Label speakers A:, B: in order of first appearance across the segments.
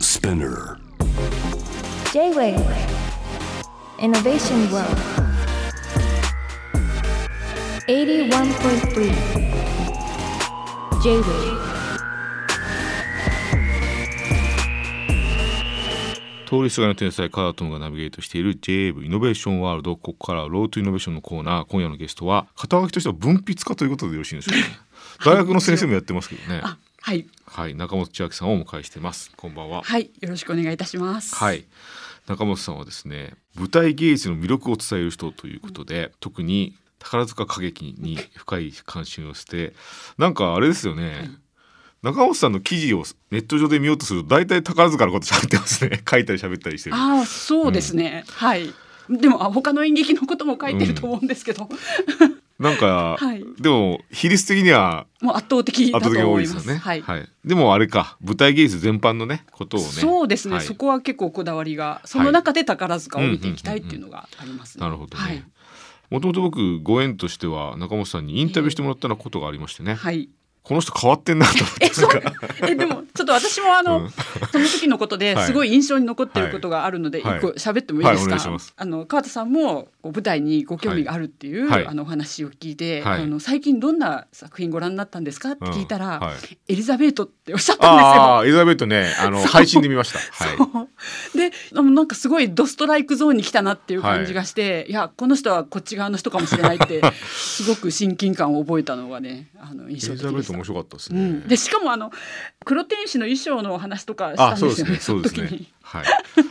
A: Spinner.
B: J-Wave Innovation World 81.3 J-Wave
C: 通りすがりの天才カートムがナビゲートしている JAV イノベーションワールドここからはロートイノベーションのコーナー今夜のゲストは肩書きとしては文筆家ということでよろしいんでしょうかね大学の先生もやってますけどね
D: あ、はい、
C: はい中本千秋さんをお迎えしてますこんばんは
D: はい、よろしくお願いいたします。
C: は、い中本さんはですね舞台芸術の魅力を伝える人ということで特に宝塚歌劇に深い関心をしてなんかあれですよね中本さんの記事をネット上で見ようとすると大体宝塚のこと喋ってますね書いたり喋ったりしてる
D: あー、そうですね。はい。でもあ他の演劇のことも書いてると思うんですけど、
C: なんか、
D: はい
C: でも比率的には
D: もう圧倒的だ
C: 圧
D: と
C: 倒的に多
D: 思
C: い
D: い
C: です
D: ま
C: よ
D: す。
C: ね。
D: はい。
C: でもあれか舞台芸術全般のねことをね。
D: そうですね、
C: はい
D: そこは結構こだわりがその中で宝塚を見ていきたいっていうのがありますね、
C: なるほど
D: はい
C: ね。もともと僕ご縁としては中本さんにインタビューしてもらったようなことがありましてね、
D: はい
C: この人変わってんなと思って
D: えそうえでもちょっと私もあ
C: う
D: の、
C: ん
D: その時のことで
C: はい
D: すごい印象に残ってることがあるので一
C: はい
D: 個喋ってもいいで
C: はいお
D: す
C: 願
D: か、
C: いします
D: あの川田さんもこう舞台にご興味があるっていう、
C: はい
D: あのお話を聞いて、
C: はい
D: あの最近どんな作品ご覧になったんですかって聞いた
C: う
D: ら、
C: んはい
D: エリザベートっておっしゃったんですよ
C: あ。あエリザベートねあの
D: そう
C: 配信で見ました。はい。
D: そうであのなんかすごいドストライクゾーンに来たなっていう感じがして、い、やこの人はこっち側の人かもしれないってすごく親近感を覚えたのがねあの
C: エ
D: 印象
C: リ
D: 的
C: ザベ
D: で
C: ー
D: した
C: ト。面白かったです
D: う
C: ね。
D: ん、でしかもあの黒天使の衣装のお話とかした
C: あ
D: ん
C: そう
D: で
C: ですすねそ
D: よね
C: うです
D: の時
C: ね
D: に。
C: はい。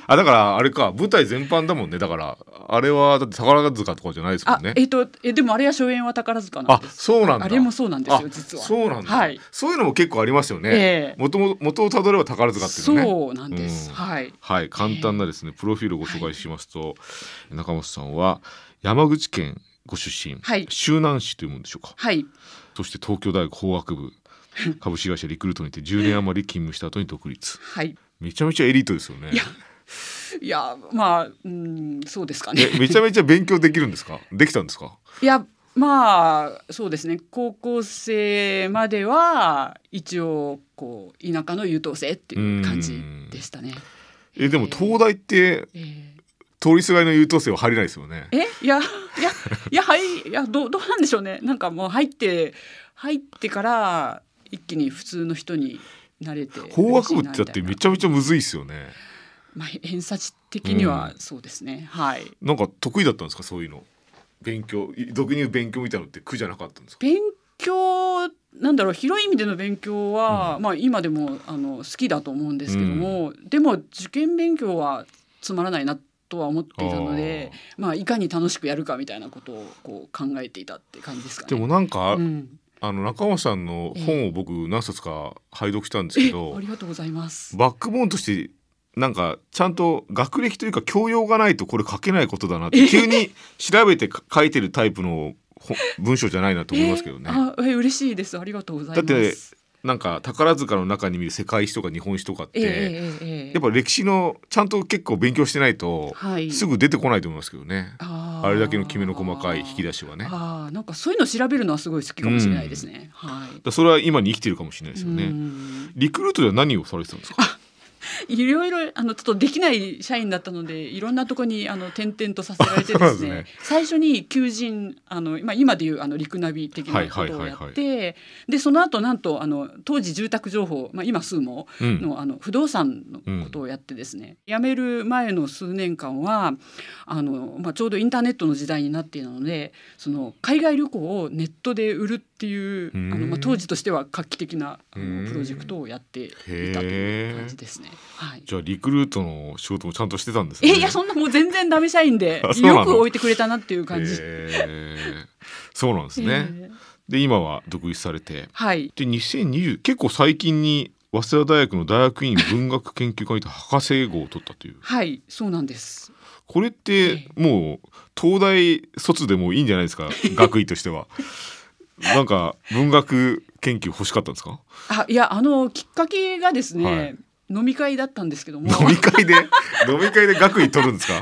C: あだからあれか舞台全般だもんねだからあれはだって宝塚とかじゃないですも
D: あ
C: んね。
D: えっ、とえでもあれは初演は宝塚なん
C: あ
D: です
C: そうなんだ
D: あれもそうなんですよ
C: あ
D: 実は
C: そうなんだ、
D: はい
C: そういうのも結構ありますよね
D: ええ
C: もとも元をたどれば宝塚っていうね
D: そうなんです
C: うん
D: はい
C: はい簡単なですねプロフィールをご紹介しますと、中本さんは山口県ご出身、
D: はい
C: 周南市というもんでしょうか
D: はい
C: そして東京大学法学 部株式会社リクルートにて10年余り勤務した後に独 立
D: はい
C: めちゃめちゃエリートですよね
D: いやいやまあうんそうですかね
C: えめちゃめちゃ勉強できるんです かできたんですか
D: いやまあそうですね高校生までは一応こう田舎の優等生っていう感じでしたね。
C: えでも東大って
D: えー
C: 通りすがりの優等生は入れないですよね
D: えいやいやいやはいいやどうどうなんでしょうねなんかもう入って入ってから一気に普通の人になれて
C: 法学部ってだって
D: 嬉しいなみたいな
C: めちゃめちゃむずいですよね
D: まあ、偏差値的にはそうですね、はい
C: なんか得意だったんですかそういうの勉強い俗に言う勉強みたいなのって苦じゃなかったんですか
D: 勉強なんだろう広い意味での勉強は、まあ今でもあの好きだと思うんですけども、でも受験勉強はつまらないなとは思っていたのでまあいかに楽しくやるかみたいなことをこう考えていたって感じですかね。
C: でもなんか、
D: うん、
C: あの中尾さんの本を僕何冊か拝読したんです
D: え
C: け
D: あ
C: ど
D: りがとうございます。
C: バックボーンとしてなんかちゃんと学歴というか教養がないとこれ書けないことだなって急に調べてか書いてるタイプの本文章じゃないなと思いますけどね
D: え。 あえ嬉しいですありがとうございます。
C: だってなんか宝塚の中に見る世界史とか日本史とかって、
D: ええええええ
C: やっぱ歴史のちゃんと結構勉強してないと
D: はい
C: すぐ出てこないと思いますけどね。
D: あー
C: あれだけのきめの細かい引き出しはね。だか
D: あーなんかそういうのを調べるのはすごい好きかもしれないですね。はい。
C: らそれは今に生きてるかもしれないですよ
D: う
C: ね。
D: ん
C: リクルートでは何をされてたんですか。
D: いろいろあのちょっとできない社員だったのでいろんなとこにあの転々とさせられてで
C: あ そ
D: す
C: う
D: ね
C: なんです
D: 最初に求人あの、まあ、今でいうあの陸ナビ的なことをやって、
C: はいはいはい
D: でその後なんとあの当時住宅情報、まあ、今数も
C: うん
D: の,、あの不動産のことをやってですね、辞める前の数年間はあの、まあ、ちょうどインターネットの時代になっていたのでその海外旅行をネットで売るっていうあ
C: うん
D: の、まあ、当時としては画期的なあ
C: うん
D: のプロジェクトをやっていたという感じですね。はい
C: じゃあリクルートの仕事もちゃんとしてたんです
D: え
C: ね。
D: いやそんなもう全然ダメ社員で
C: あそうなの
D: よく置いてくれたなっていう感じ。
C: へーそうなんです
D: え
C: ね。
D: ー
C: で今は独立されて
D: はい。
C: で2020結構最近に早稲田大学の大学院文学研究科にて博士号を取ったという
D: はい、そうなんです。
C: これってもう東大卒でもいいんじゃない ですか学位としては。なんか文学研究欲しかったんですか
D: あ、いや、あのきっかけがですね、
C: はい
D: 飲み会だったんですけども、
C: 飲み会で飲み会で学位取るんですか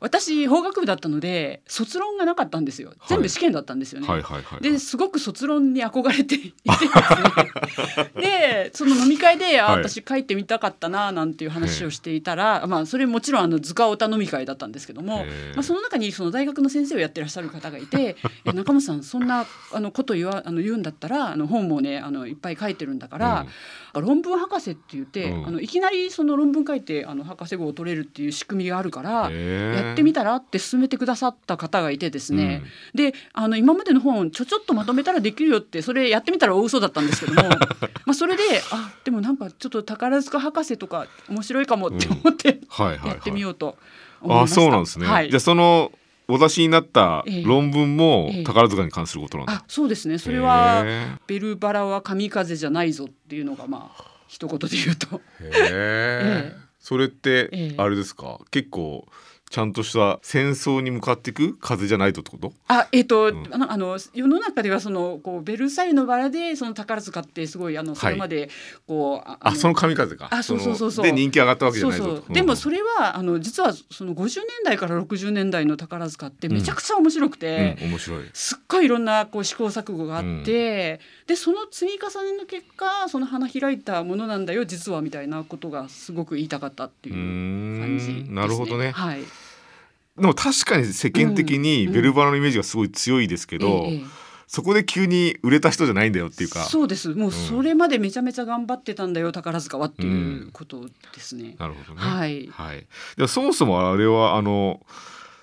D: 私法学部だったので卒論がなかったんですよ全部試験だったんですよね、
C: はいはいはい。
D: ですごく卒論に憧れていてです ねでその飲み会で、あ
C: はい
D: 私書いてみたかったななんていう話をしていたら、まあ、それもちろんあの図鑑オタ飲み会だったんですけども
C: へ、え
D: まあ、その中にその大学の先生をやってらっしゃる方がい て「いや中本さんそんなあのこと言わあの言うんだったらあの本もねあのいっぱい書いてるんだから、論文博士って言って、
C: うん
D: あのいきなりその論文書いてあの博士号を取れるっていう仕組みがあるから。や
C: や
D: ってみ
C: た
D: たらって勧めてくださった方がいてですね、であの今までの本ちょちょっとまとめたらできるよってそれやってみたら大嘘だったんです けどもまあそれであでもなんかちょっと宝塚博士とか面白いかもって思って、
C: はいはいはい。
D: やってみようと思い
C: あ
D: ま
C: あ
D: した。
C: そうなんですね。
D: はい
C: じゃあそのお出しになった論文も
D: ええ
C: 宝塚に関することなんだ。
D: あそうですねそれは
C: へえ
D: 「ベルバラは神風じゃないぞ」っていうのがまあ一言で言うと
C: へ
D: え
C: え
D: え。
C: それって
D: ええ
C: あれですか。結構ちゃんとした戦争に向かっていく風じゃないとってこと？
D: あえっ、と、
C: ん
D: あのあの世の中ではそのこうベルサイユのバラでその宝塚ってすごいあのそれまでこう、
C: あ
D: の
C: その神風か。
D: あそうそうそうそう
C: ので人気上がったわけじゃ
D: そう
C: ない
D: そ
C: ぞ
D: う
C: と。
D: でもそれはあの実はその50年代から60年代の宝塚ってめちゃくちゃ面白くて、
C: うん面白い。
D: すっごいいろんなこう試行錯誤があって、でその積み重ねの結果その花開いたものなんだよ実はみたいなことがすごく言いたかったって
C: う
D: い
C: ー
D: う感じです、ね、
C: んなるほどね。
D: はい、
C: でも確かに世間的に
D: うん
C: ベルバラのイメージがすごい強いですけど、
D: ええええ
C: そこで急に売れた人じゃないんだよっていうか。
D: そうですもうそれまでめちゃめちゃ頑張ってたんだよ宝塚はっていうことですね。
C: なるほどね。
D: はい
C: はい。でもそもそもあれはあの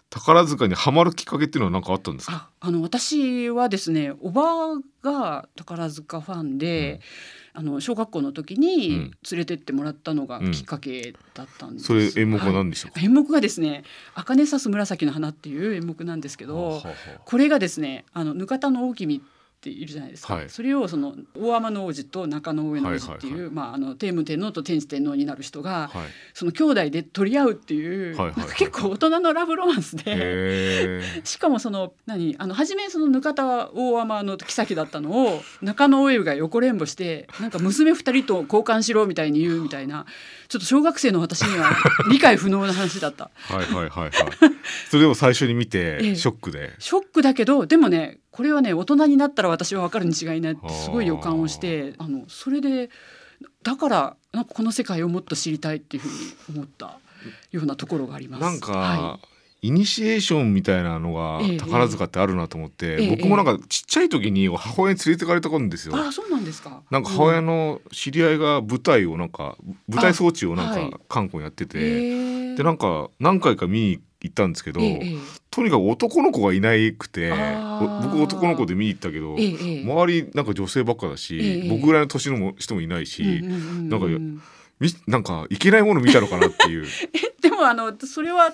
C: 宝塚にハマるきっかけっていうのは何かあったんですか。
D: ああの私はですねおばが宝塚ファンで、あの小学校の時
C: うん
D: に連れてってもらったのが
C: うん
D: きっかけだったんです、
C: それ演目は
D: はい
C: 何でしょうか。
D: 演目がですね「茜さす紫の花」っていう演目なんですけ
C: は
D: ど
C: あはあ
D: これがですねあのぬかたの大君っているじゃないですか、
C: はい
D: それをその大天の王子と中野上の王子っていう、
C: はいはい
D: まあ、あの天武天皇と天智天皇になる人が、
C: はい。
D: その兄弟で取り合うっていう、
C: はいはいはい
D: なんか 結構大人のラブロマンスで。
C: へえ。
D: しかもその何あの初めそのぬかたは大天の妃だったのを中野親が横連母してなんか娘2人と交換しろみたいに言うみたいなちょっと小学生の私には理解不能な話だった
C: はい はいはいはい。それを最初に見
D: え
C: て
D: え
C: ショックで。
D: ショックだけどでもねこれはね大人になったら私は分かるに違いないってすごい予感をしてあのそれでだからなんかこの世界をもっと知りたいっていうふうに思ったようなところがあります。
C: なんか、
D: は
C: イニシエーションみたいなのが
D: ええ
C: 宝塚ってあるなと思って、
D: ええ
C: 僕もなんかちっちゃい時に母親に連れてかれたことあるんですよ
D: い、。あそうなんですか
C: なんか母親
D: の
C: の知り合いが舞台をなんか舞台装置をな
D: あ
C: ん
D: は
C: か
D: い
C: 韓国やってて、
D: で
C: でなんか何回か見に行ったんですけど、
D: ええええ
C: とにかく男の子がいなくて
D: あー
C: お僕男の子で見に行ったけど、
D: ええええ
C: 周りなんか女性ばっかだし、
D: ええ
C: 僕ぐらいの年のも人もいないし、
D: な
C: なんみなんかいけないもの見たのかなっていう
D: でもあのそれは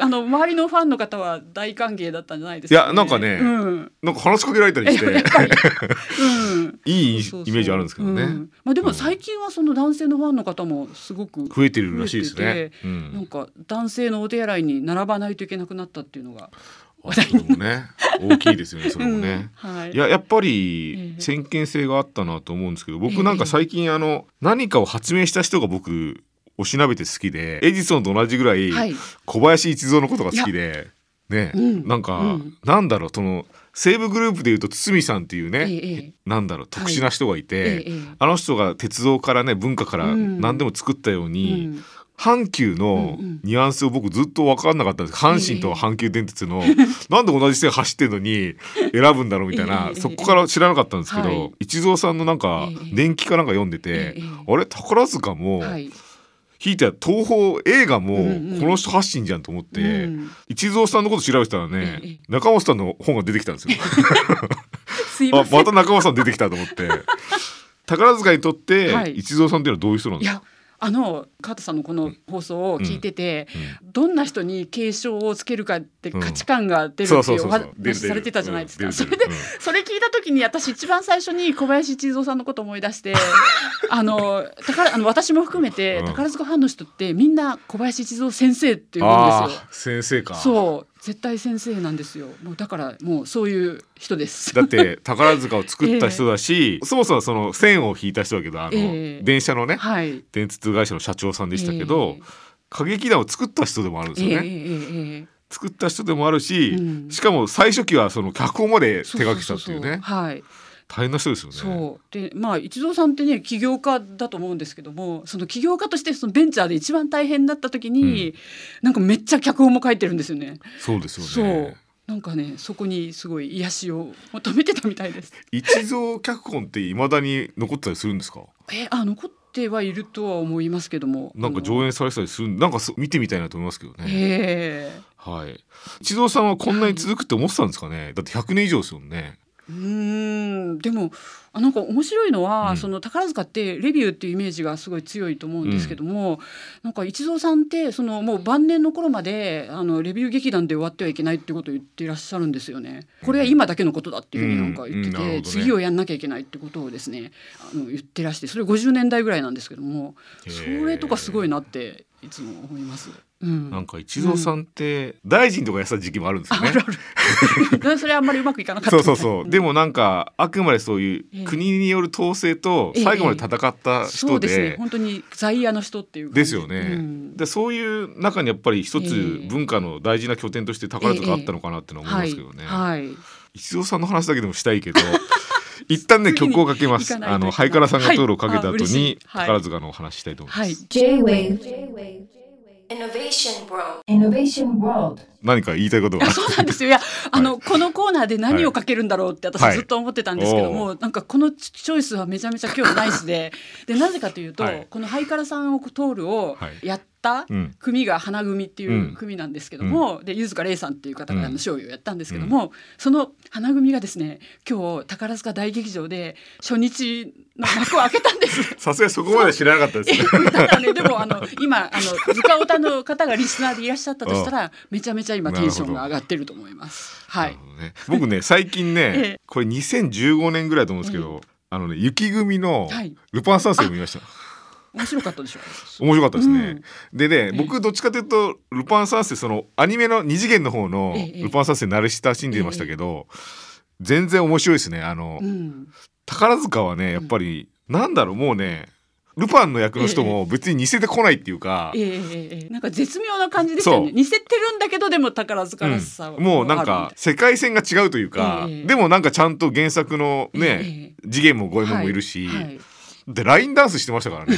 D: あの周りのファンの方は大歓迎だったんじゃないです
C: いやなんかね
D: うん、
C: なんか話しかけられた りし
D: やって ぱり、うん、
C: いいイ
D: そうそう
C: メージあるんですけどね、
D: うんまあで
C: う
D: も
C: ん
D: 最近はその男性のファンの方もすごく
C: 増えてるらしいですね。う
D: なんんか男性のお手洗いに並ばないといけなくなったっていうのが、
C: あそれもね大きいですよねそれもね。
D: うんはい
C: いややっぱ
D: え
C: り
D: え
C: 先見性があったなと思うんですけど
D: ええ
C: 僕なんか最近あの何かを発明した人が僕おしなべて好きでエジソンと同じぐらい
D: はい
C: 小林一三のことが好きでね、
D: うん
C: なんか、
D: うん
C: なんだろうその西武グループでいうと堤さんっていうね、
D: ええええ
C: なんだろう特殊な人がいて、
D: ええええ
C: あの人が鉄道からね文化から
D: うん
C: 何でも作ったよう
D: う
C: に、
D: ん
C: 阪急の
D: うんうん
C: ニュアンスを僕ずっと分かんなかったんです阪神と阪急電鉄の、なんで同じ線走ってるのに選ぶんだろうみたいな、
D: ええ
C: そこから知らなかったんですけど、
D: はい
C: 一蔵さんのなんか
D: ええ
C: 電気かなんか読んで
D: え
C: て、
D: え
C: あれ宝塚も、
D: はい
C: ひいては東宝映画も
D: う
C: こ
D: んうん
C: の人発信じゃんと思って、
D: うん
C: 一蔵さんのこと調べてたらね、
D: ええ
C: 中本さんの本が出てきたんです よ。
D: すいま
C: あ
D: せん
C: また中本さん出てきたと思って。宝塚にとって、
D: はい
C: 一蔵さんっていうのはどういう人なん
D: い
C: ですか。
D: やあの加藤さんのこの放送を聞いてて、
C: う
D: どんな人に警鐘をつけるかって
C: うん
D: 価値観が出る
C: そう
D: って
C: そ
D: いうう
C: そ
D: お
C: うそう出る
D: 話
C: 出る
D: されてたじゃないです
C: う
D: か。
C: ん
D: そ
C: 出
D: れ
C: る出
D: で
C: るうん
D: それ聞いた時に私一番最初に小林千三さんのこと思い 出して、あの宝あの私も含めて
C: うん
D: 宝塚ファンの人ってみんな小林千三先生って呼ぶん
C: あ
D: ですよ。
C: ー先生か。
D: そう絶対先生なんですよ。もうだからもうそういう人です。
C: だって宝塚を作った人だ し、そもそもその線を引いた人だけどあの、
D: ええ
C: 電車のね、
D: はい。
C: 電通会社の社長さんでしたけど、
D: え
C: 歌劇団を作った人でもあるんですよね。
D: え
C: 作った人でもあるし、
D: うん
C: しかも最初期はその脚本まで手
D: そう
C: 掛けたっていうね
D: そそそはい。
C: 大変な人ですよね。
D: そうでまあ一蔵さんってね起業家だと思うんですけどもその起業家としてそのベンチャーで一番大変だった時に、なんかめっちゃ脚本も書いてるんですよね。
C: そうです
D: そ
C: よ
D: う
C: ね。
D: なんかねそこにすごい癒しを求めてたみたい です。
C: 一蔵脚本って未だに残ってたりするんですか。
D: えあ残ってはいるとは思いますけども。
C: なんか
D: 演
C: 上演されてたりするん、なんかそう見てみたいなと思いますけどね。
D: ええ
C: はい。一蔵さんはこんなに続くって思ってたんですかね。だって100年以上ですよね。
D: うーんでもあなんか面白いのは、
C: うん
D: その宝塚ってレビューっていうイメージがすごい強いと思うんですけども、なんか一蔵さんってそのもう晩年の頃まであのレビュー劇団で終わってはいけないってことを言っていらっしゃるんですよね。これは今だけのことだっていうふうになんか言ってて、
C: うんうんなるほどね
D: 次をやんなきゃいけないってことをですねあの言ってらしてそれ50年代ぐらいなんですけども
C: へ
D: そ
C: ー
D: れとかすごいなっていつも思います。うん、
C: なんか一蔵さんって大臣とかやってた時期もあるんですよね。
D: それあんまりうまくいかなかった
C: そう
D: みた
C: そ
D: いう
C: そう。でもなんかあくまでそうい
D: ええ
C: う国による統制と最後まで戦った
D: そう
C: 人
D: ですね
C: で。
D: 本当に在野の人っていう感じ
C: ですよね、
D: うん
C: でそういう中にやっぱり一つ
D: ええ
C: 文化の大事な拠点として宝塚あったのかなってのは思いますけどね、
D: はい、はい
C: 一蔵さんの話だけでもしたい けど一旦ね曲をかけま
D: 次
C: す
D: に行かないと
C: あのハイカラさんが
D: はい
C: トールをかけた後
D: あ嬉しい
C: に
D: はい
C: 宝塚のお話したいと思います、
D: はい、
B: J-Wave
A: Innovation World.
B: Innovation World
C: 何か言いたいことが
D: そうなんですよいやあの、このコーナーで何をかけるんだろうって私
C: はい
D: ずっと思ってたんですけども、なんかこのチチョイスはめちゃめちゃ今日ナイ スででなぜかというと、
C: はい
D: この「ハイカラさんを通る」を
C: はい
D: やった
C: うん
D: 組が花組って
C: う
D: いうん組なんですけども、で柚塚玲さんっていう方からの勝利をやったんですけども、その花組がですね今日宝塚大劇場で初日の幕を開けたんです
C: さすがにそこまで知らなかったですね
D: ただねでもあの今あの塚オタの方がリスナーでいらっしゃったとしたらめちゃめちゃ今テンションが上がってると思います。は
C: ないる、ほどね僕ね最近ね、
D: ええ
C: これ2015年ぐらいだと思うんですけど、あのね雪組の
D: はい
C: ルパン三世を見ました、
D: 面白かったでしょう。
C: 面白かったですね。でね、
D: え
C: 僕どっちかというと「ルパン三世」そのアニメの二次元の方の「
D: ええ
C: ルパン三世」慣れ親しんでましたけど、全然面白いですね。あの、
D: うん、
C: 宝塚はねやっぱり、なんだろうもうねルパンの役の人も別に似せてこないっていうか、
D: ええええええなんか絶妙な感じですよね。
C: そう
D: 似せてるんだけどでも宝塚らしさは、
C: うんもうなん
D: あるみ
C: か
D: たい
C: 世界線が違うというか、
D: ええ
C: でもなんかちゃんと原作のね、次元も五
D: な
C: 右衛門もいるし、
D: はいはい
C: でラインダンスしてましたから ね。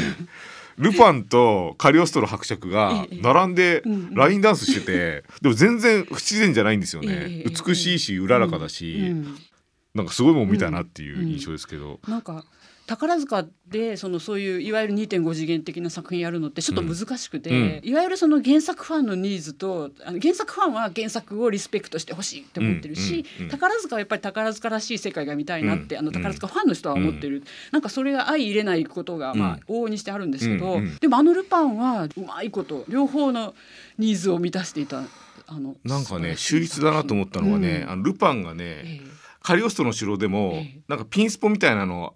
C: ルパンとカリオストロ伯爵が
D: ええ
C: 並んで
D: うんうん
C: ラインダンスして て、でも全然不自然じゃないんですよね
D: ええ。
C: 美しいし、うららかだし、
D: うん
C: なんかすごいもん見たなっていう印象ですけど。
D: なんか宝塚でそのそういういわゆる2.5次元的な作品やるのってちょっと難しくて、いわゆるその原作ファンのニーズとあの原作ファンは原作をリスペクトしてほしいって思ってるし、
C: うんうんうん
D: 宝塚はやっぱり宝塚らしい世界が見たいなって、
C: うん
D: あの宝塚ファンの人は思ってる、なんかそれが相入れないことが、まあ
C: うん
D: 往々にしてあるんですけど、
C: うんうん
D: でもあのルパンはうまいこと両方のニーズを満たしていたあの
C: なんかね秀逸だなと思ったのはね、あのルパンがね、
D: ええ
C: カリオストロの城でも、
D: ええ
C: なんかピンスポみたいなのを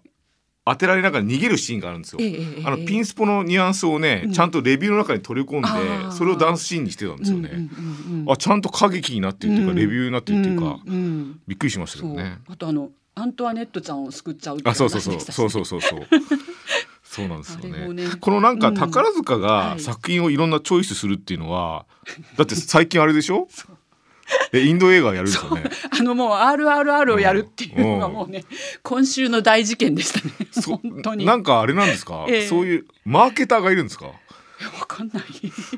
C: 当てられながら逃げるシーンがあるんですよ。
D: ええええ
C: あのピン
D: ス
C: スポのニュアンスをね、
D: うん
C: ちゃんとレビューの中に取り込ん
D: あー
C: でそれをダンスシーンにしてたんですよね。
D: うんうんうん
C: あちゃんと歌劇になってるっていうか、
D: うん
C: レビューになってるっていうか、
D: うんうん
C: びっくりしましたけ
D: そ
C: ど
D: う
C: ね。
D: あとあのアントワネットちゃんを救っちゃうってい
C: あ、そうそう
D: 話
C: そう、
D: でしたし
C: そうそうそうそう。 そうなんですよ
D: あれも
C: ね
D: ね
C: このなん
D: う
C: か
D: ん
C: 宝塚
D: は
C: が
D: い
C: 作品をいろんなチョイスするっていうのは、だって最近あれでしょえインド映画やるんですよね
D: あのもう RRR をやるっていうのが
C: うん
D: もうね、今週の大事件でしたね
C: そ
D: 本当に
C: なんかあれなんですか、
D: ええ
C: そういうマーケターがいるんですか
D: いやわかんない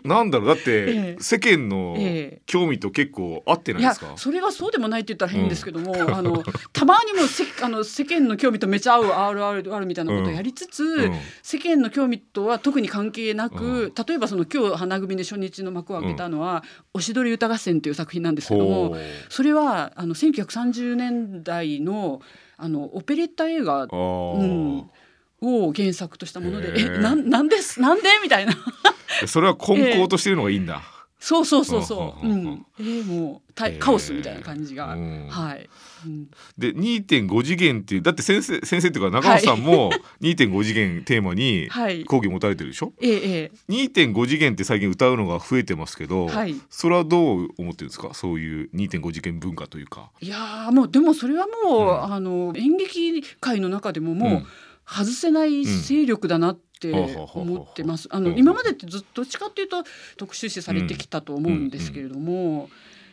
C: なんだろうだって、
D: え
C: 世間の
D: ええ
C: 興味と結構合ってない
D: い
C: で
D: や
C: すか、
D: それがそうでもないって言ったら変ですけども、あのたまにもせあの世間の興味とめちゃ合う RRR みたいなことをやりつつ、
C: うん
D: 世間の興味とは特に関係なく、
C: う
D: 例えばその今日花組で初日の幕を開けたのは「おしどり歌合戦」という作品なんですけども、
C: ほう
D: それはあの1930年代のあのオペレッタ映画
C: あ、ー
D: うん、を原作としたもので
C: へ
D: 「え
C: ー
D: なんなんですなんで?」みたいな
C: それは混交としてるのがいいんだ、
D: そうそうそうそう、う
C: うんんうんうん
D: えーもうた
C: へー
D: カオスみたいな感じが、
C: うん
D: はい、うん
C: で2.5次元っていうだって先生先生っていうか中本さんも2.5次 元テーマに
D: はい
C: 講義持たれてるでしょ
D: えーえ
C: 2.5次元って最近歌うのが増えてますけど、
D: はい
C: それはどう思ってるんですかそういう2.5次元文化というか
D: ーいやーもうでもそれはもう、
C: う
D: あの演劇界の中でももう、
C: うん
D: 外せない勢力だなっって
C: ほうほうほうほう
D: 思ってます。あ
C: う
D: の
C: ん
D: 今までってずっとどっちかっていうと特殊視されてきたと思うんですけれども、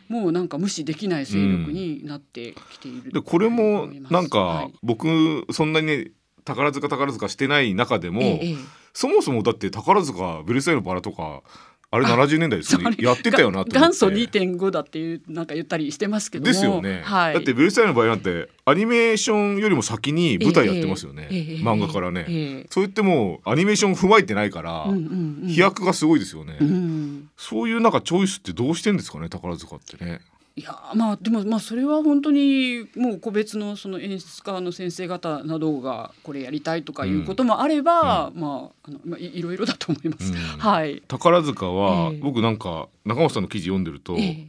D: もうなんか無視できない勢力になってきている
C: でこれも
D: 思います
C: なん
D: は
C: か
D: い
C: 僕そんなにね宝塚宝塚してない中でも、
D: ええええ
C: そもそもだって宝塚ブルース・アイのバラとかあれ70年代ですよ
D: あ
C: ね
D: れ
C: やってたよなって
D: が
C: 思って
D: 元祖2.5だっていうなんか言ったりしてますけども
C: ですよね、
D: はい、
C: だってブルース・アイの場合なんてアニメーションよりも先に舞台やってますよね、
D: ええええええ
C: 漫画からね、
D: ええ
C: そう言ってもうアニメーション踏まえてないから、
D: うんうんうん
C: 飛躍がすごいですよね、
D: うん
C: そういうなんかチョイスってどうしてんですかね宝塚ってね
D: いやーまあでもまあそれは本当にもう個別のその演出家の先生方などがこれやりたいとかいうこともあれば、まああのまあいいろいろだと思います。
C: うん
D: はい。
C: 宝塚は、
D: ええ
C: 僕なんか中本さんの記事読んでると、
D: ええ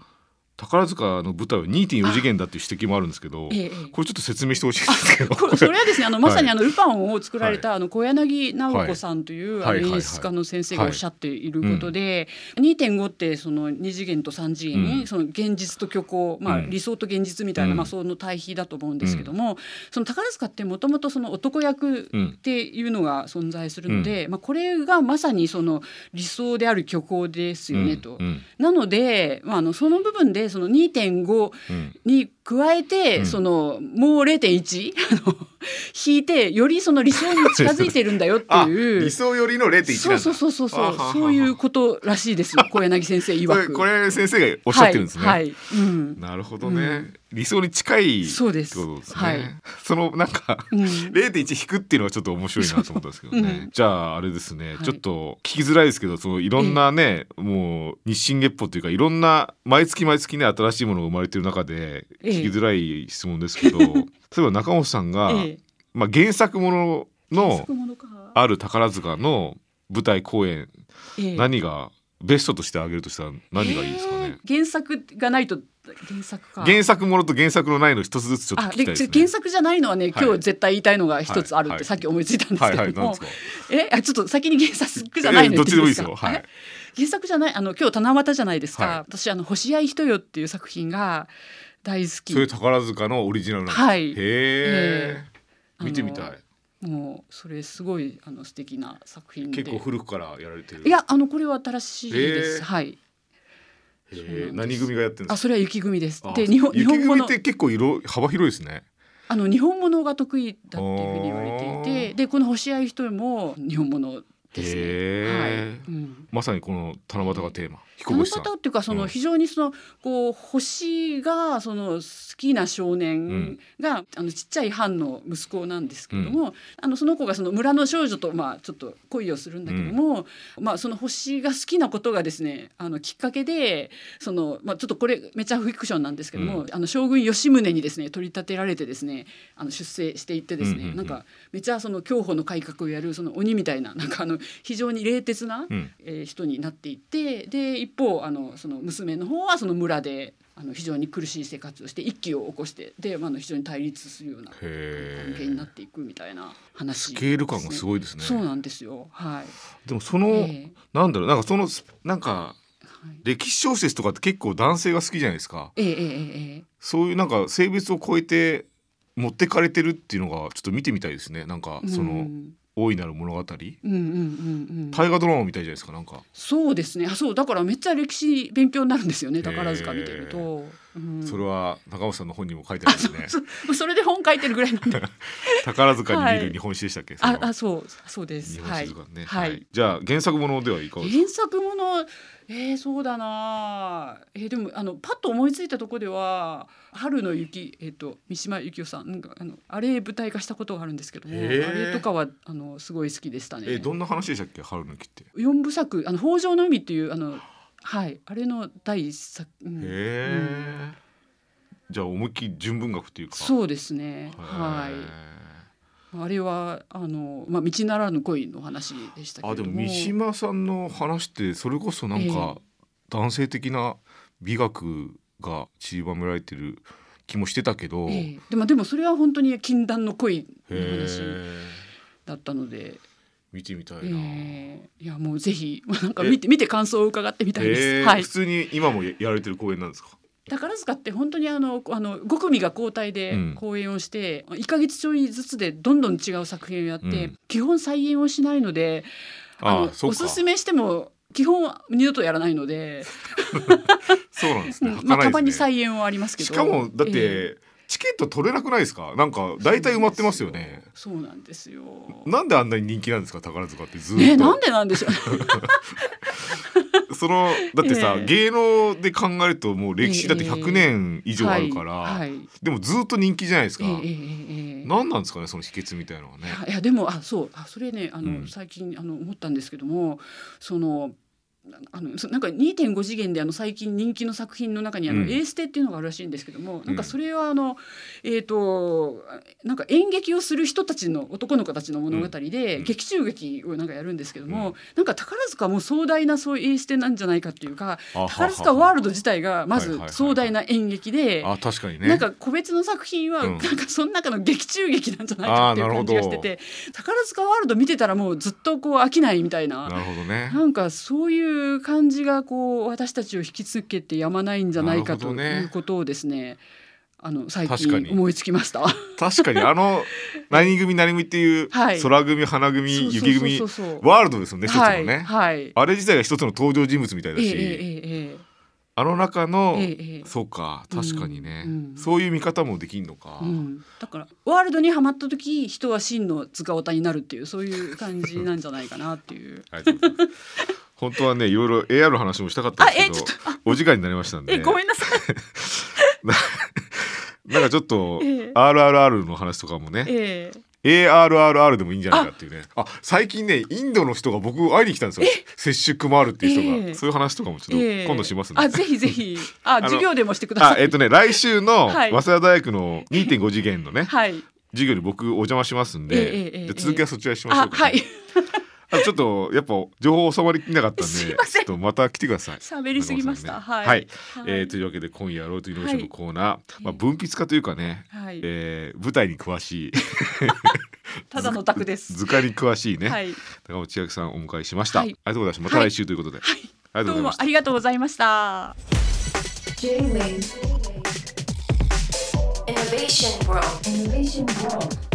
C: 宝塚の舞台は2.4次元だっていう指摘もあるんですけど、
D: ええ
C: これちょっと説明してほしいんですけど
D: これそれはですねあの
C: はい
D: まさにあの、ルパンを作られたあの小柳直子さんという、
C: はい
D: あの
C: はい
D: 演出家の先生がおっしゃっていることで、2.5ってその2次元と3次元、
C: うん
D: その現実と虚構、まあ、
C: うん
D: 理想と現実みたいな、
C: うん
D: まあ、その対比だと思うんですけども、その宝塚ってもともとその男役
C: うん
D: っていうのが存在するので、まあ、これがまさにその理想である虚構ですよね
C: う
D: と。
C: んうん
D: なので、まあ、あのその部分でその2.5
C: うん
D: に加えて、
C: うん
D: そのもう0.1あの引いてよりその理想に近づいてるんだよって
C: あ
D: いう
C: 理想よりの0.1なんだ
D: そうそうそうそう
C: あは
D: そう
C: はは
D: そういうことらしいです小柳先生 曰
C: これ
D: く。
C: これ先生がおっしゃってるんですね、
D: はい、はいうん
C: なるほどね、
D: うん
C: 理想に近いってこ
D: そう
C: と
D: で
C: ですすね そ
D: はい
C: のなんか
D: うん
C: 0.1引くっていうのはちょっと面白いなと思ったんですけどね、
D: そうそううん
C: じゃああれですね、
D: はい
C: ちょっと聞きづらいですけどそのいろんなね、もう日進月歩というかいろんな毎月毎月ね新しいものが生まれてる中で
D: ええ
C: 聞きづらい質問です けど、例えば中本さんが、
D: ええ
C: まあ、原作ものの
D: 作物か
C: ある宝塚の舞台公演、
D: ええ
C: 何がベストとして挙げるとしたら何がいいですかね、
D: ええ原作がないと原作か
C: 原作ものと原作のないの一つずつちょっと
D: あ
C: 聞きたい
D: で
C: ですね。
D: 原作じゃないのはね、
C: はい
D: 今日絶対言いたいのが一つあるっ
C: はい
D: てさっき思いついたんです
C: は
D: け
C: い
D: ど
C: は
D: も、
C: いなんですか。
D: えあちょっと先に原作じゃないの
C: えどっちでもいいです
D: か
C: よ。はい
D: え。原作じゃないあの今日七夕じゃないですか、
C: はい
D: 私あの星合いひとよっていう作品が大好き
C: そういう宝塚のオリジナルなんです。
D: はい
C: へえ
D: え。
C: 見てみたい。
D: もうそれすごいあの素敵な作品で
C: 結構古くからやられてる。
D: いやあのこれは新しいです、
C: えー
D: はい
C: へ
D: そうなんで
C: え。
D: す
C: 何組がやってるんで
D: あ
C: す
D: それは雪組です
C: か。
D: で日本日
C: 雪
D: 本
C: 組っ
D: 物
C: て結構色幅広いですね。
D: あの日本物が得意だっていうふうに言われていてでこの星合いひとよも日本物ですね、
C: へえ
D: はい、うん
C: まさにこの七夕がテーマ。彦
D: 七
C: 星
D: 夕
C: さん。
D: っていうかそうの
C: ん
D: 非常にそのこう星がその好きな少年が、あのちっちゃい藩の息子なんですけれども、あのその子がその村の少女とまあちょっと恋をするんだけども、まあその星が好きなことがですねあのきっかけでそのまあちょっとこれめちゃフィクションなんですけども、
C: う
D: あの将軍吉宗にですね取り立てられてですねあの出世していってですね、
C: うんうんうん
D: なんかめちゃその競歩の改革をやるその鬼みたいななんかあの非常に冷徹な、
C: うん。
D: えー人になっていってで一方あのその娘の方はその村であの非常に苦しい生活をして一揆を起こしてで、まあ、あの非常に対立するような関
C: へ
D: 係になっ
C: え。
D: ていくみたいな
C: ス
D: 話、
C: ケール感がす
D: い
C: ごいです
D: ね。そう
C: ね。
D: なんですよ。はい。
C: でもその
D: え
C: なんだろうなんかそのなんか
D: ーはい
C: 歴史小説とかって結構男性が好きじゃないですか。
D: えーえーえーえ
C: そういうなんか性別を超えて持ってかれてるっていうのがちょっと見てみたいですねなんか
D: ー
C: そ
D: うんう
C: の
D: ん
C: 大いなる物語
D: うんうんうん。
C: 大河ドラマみたいじゃないですかなんか
D: そうですね。あ、そうだからめっちゃ歴史勉強になるんですよね。宝塚見て
C: へ
D: ると。うん
C: それは中本さんの本にも書いてあるんですね
D: そそれで本書いてるぐら いなんで。
C: 宝塚に見る日本史でしたっけ、そ
D: あ、
C: の
D: あ、そう、そうです。
C: 日本
D: は
C: 史
D: い
C: 図。鑑ね、
D: はい
C: じゃあ原作ものではいかがですか
D: 原作ものえー、そうだなえーでもあのパッと思いついたとこでは「春の雪」えー、と三島由紀夫さんなんかあのあれ舞台化したことがあるんですけども、
C: へー
D: あれとかはあのすごい好きでしたね。
C: えどんな話でしたっけ春の木って、
D: 四部作「あの北条の海」っていうあの、はい、あれの第一作、うん
C: へえ、じゃあ思いっきり純文学っていうかう
D: そうですね、はい、あれはあの、まあ、道ならぬ恋の話でしたけ
C: あ
D: れ
C: で
D: ど
C: も
D: も
C: 三島さんの話ってそれこそなんか男性的な美学が散りばめられてる気もしてたけど、
D: ええでもでもそれは本当に禁断の恋
C: へ
D: の話
C: え
D: だったので。
C: 見てみたいな、
D: ええいやもうぜひまあなんか見て見て感想を伺ってみたいです。
C: へえ
D: はい
C: 普。通に今もやられてる公演なんですか
D: 宝塚って本当にあのあの5組が交代で
C: うん
D: 公演をして、1か月ちょいずつでどんどん違う作品をやって、
C: うん
D: 基本再演をしないのであ
C: あ
D: の
C: あそう
D: お
C: か
D: すすめしても基本二度とやらない ので、
C: そうなんです
D: う
C: ね
D: ん
C: 儚
D: まあ、
C: いですね
D: たまに再演はありますけど
C: しかもだっ
D: ええ
C: てチケット取れなくないですかなんか大体埋まってますよね
D: そうなんですよ。
C: なんであんなに人気なんですか宝塚ってずっと、
D: ね、なんでなんでしょ う。
C: そのだってさ、
D: ええ
C: 芸能で考えるともう歴史だって100年以上あるから、
D: はいはい
C: でもずっと人気じゃないですか、
D: ええええええ
C: 何なんですかねその秘訣みたいなのはね
D: いやいやでもあそうあそれねあの、
C: うん
D: 最近あの思ったんですけどもそのなあのそなんか2.5次元であの最近人気の作品の中にあの、
C: うん
D: エーステっていうのがあるらしいんですけども、なん
C: うん
D: かそれはあのえっ、となんか演劇をする人たちの男の子たちの物語で、
C: うん
D: 劇中劇をなんかやるんですけども、
C: うん
D: なんか宝塚も壮大なそういうエーステなんじゃないかっていうか
C: あはは
D: 宝塚ワールド自体がま
C: はい
D: ず
C: はいはい
D: 壮大な演劇で。
C: あ確かにね
D: なんか個別の作品は、
C: うん
D: なんかその中の劇中劇なんじゃないかっていう感じがして
C: あーな
D: て宝塚ワールド見てたらもうずっとこう飽きないみたいな。
C: なるほどね
D: なんかそういう感じがこう私たちを引きつけてやまないんじゃないか
C: なるほ
D: と
C: どね
D: いうことをですねあの最
C: 確か
D: 近
C: に
D: 思いつきました。
C: 確かにあ の何組何組っていう、
D: はい
C: 空組花組
D: そう
C: 雪組
D: そうそうそう
C: ワールドですよね一つの
D: はい
C: ね、
D: はい。え
C: あれ自体が一つの登場人物みたいだ
D: え
C: し、
D: えええ
C: あの中の、
D: ええええ
C: そうか確かにね、
D: うんうん
C: そういう見方もできんのか、
D: うん、だからワールドにはまった時人は真の塚尾田になるっていうそういう感じなんじゃないかなっ ていう。
C: ありがとうございます本当はねいろいろ AR の話もしたかったんですけ
D: あえ
C: ど
D: ちょっと
C: お時間になりましたん
D: え
C: で
D: ごめんなさい。
C: なんかちょっと
D: ええ
C: RRR の話とかもね
D: ええ
C: ARRR でもいいんじゃないかっていうねあ最近ねインドの人が僕会いに来たんですよ接種クマールっていう人が、
D: ええ
C: そういう話とかもちょっと
D: ええ
C: 今度しますね、
D: あ、ぜひぜひ。あ、
C: の
D: 授業でもしてくだ
C: あ
D: さい。
C: えっ、とね来週の
D: はい
C: 早稲田大学の2.5次元のね、
D: はい。
C: 授業に僕お邪魔しますんで、
D: ええええええ
C: じゃあ続きはそちらにしましょ
D: あ
C: う、か、ね
D: はい。
C: あちょっとやっぱ情報収まりきなかったん
D: すい
C: で
D: ま
C: ち
D: せ
C: ょ
D: ん
C: っとまた来てください。
D: 喋りすぎました
C: 中
D: は
C: 村
D: い
C: さんね
D: は
C: はいい。えーというわけで今夜ロートイノーションのコーナー、まあ
D: ええ
C: 文筆家というかね、
D: はい。
C: えー舞台に詳しい
D: ただの卓です。
C: 図鑑に詳しいね、
D: はい。
C: 高尾千秋さんをお迎えしました。
D: はい
C: ありがとうございました。また来週ということで、ありがとう
D: ど
C: ご
D: う
C: ざいま
D: も
C: した
D: あ。りがとうございました。
B: J-Wave
A: Innovation World.
B: Innovation World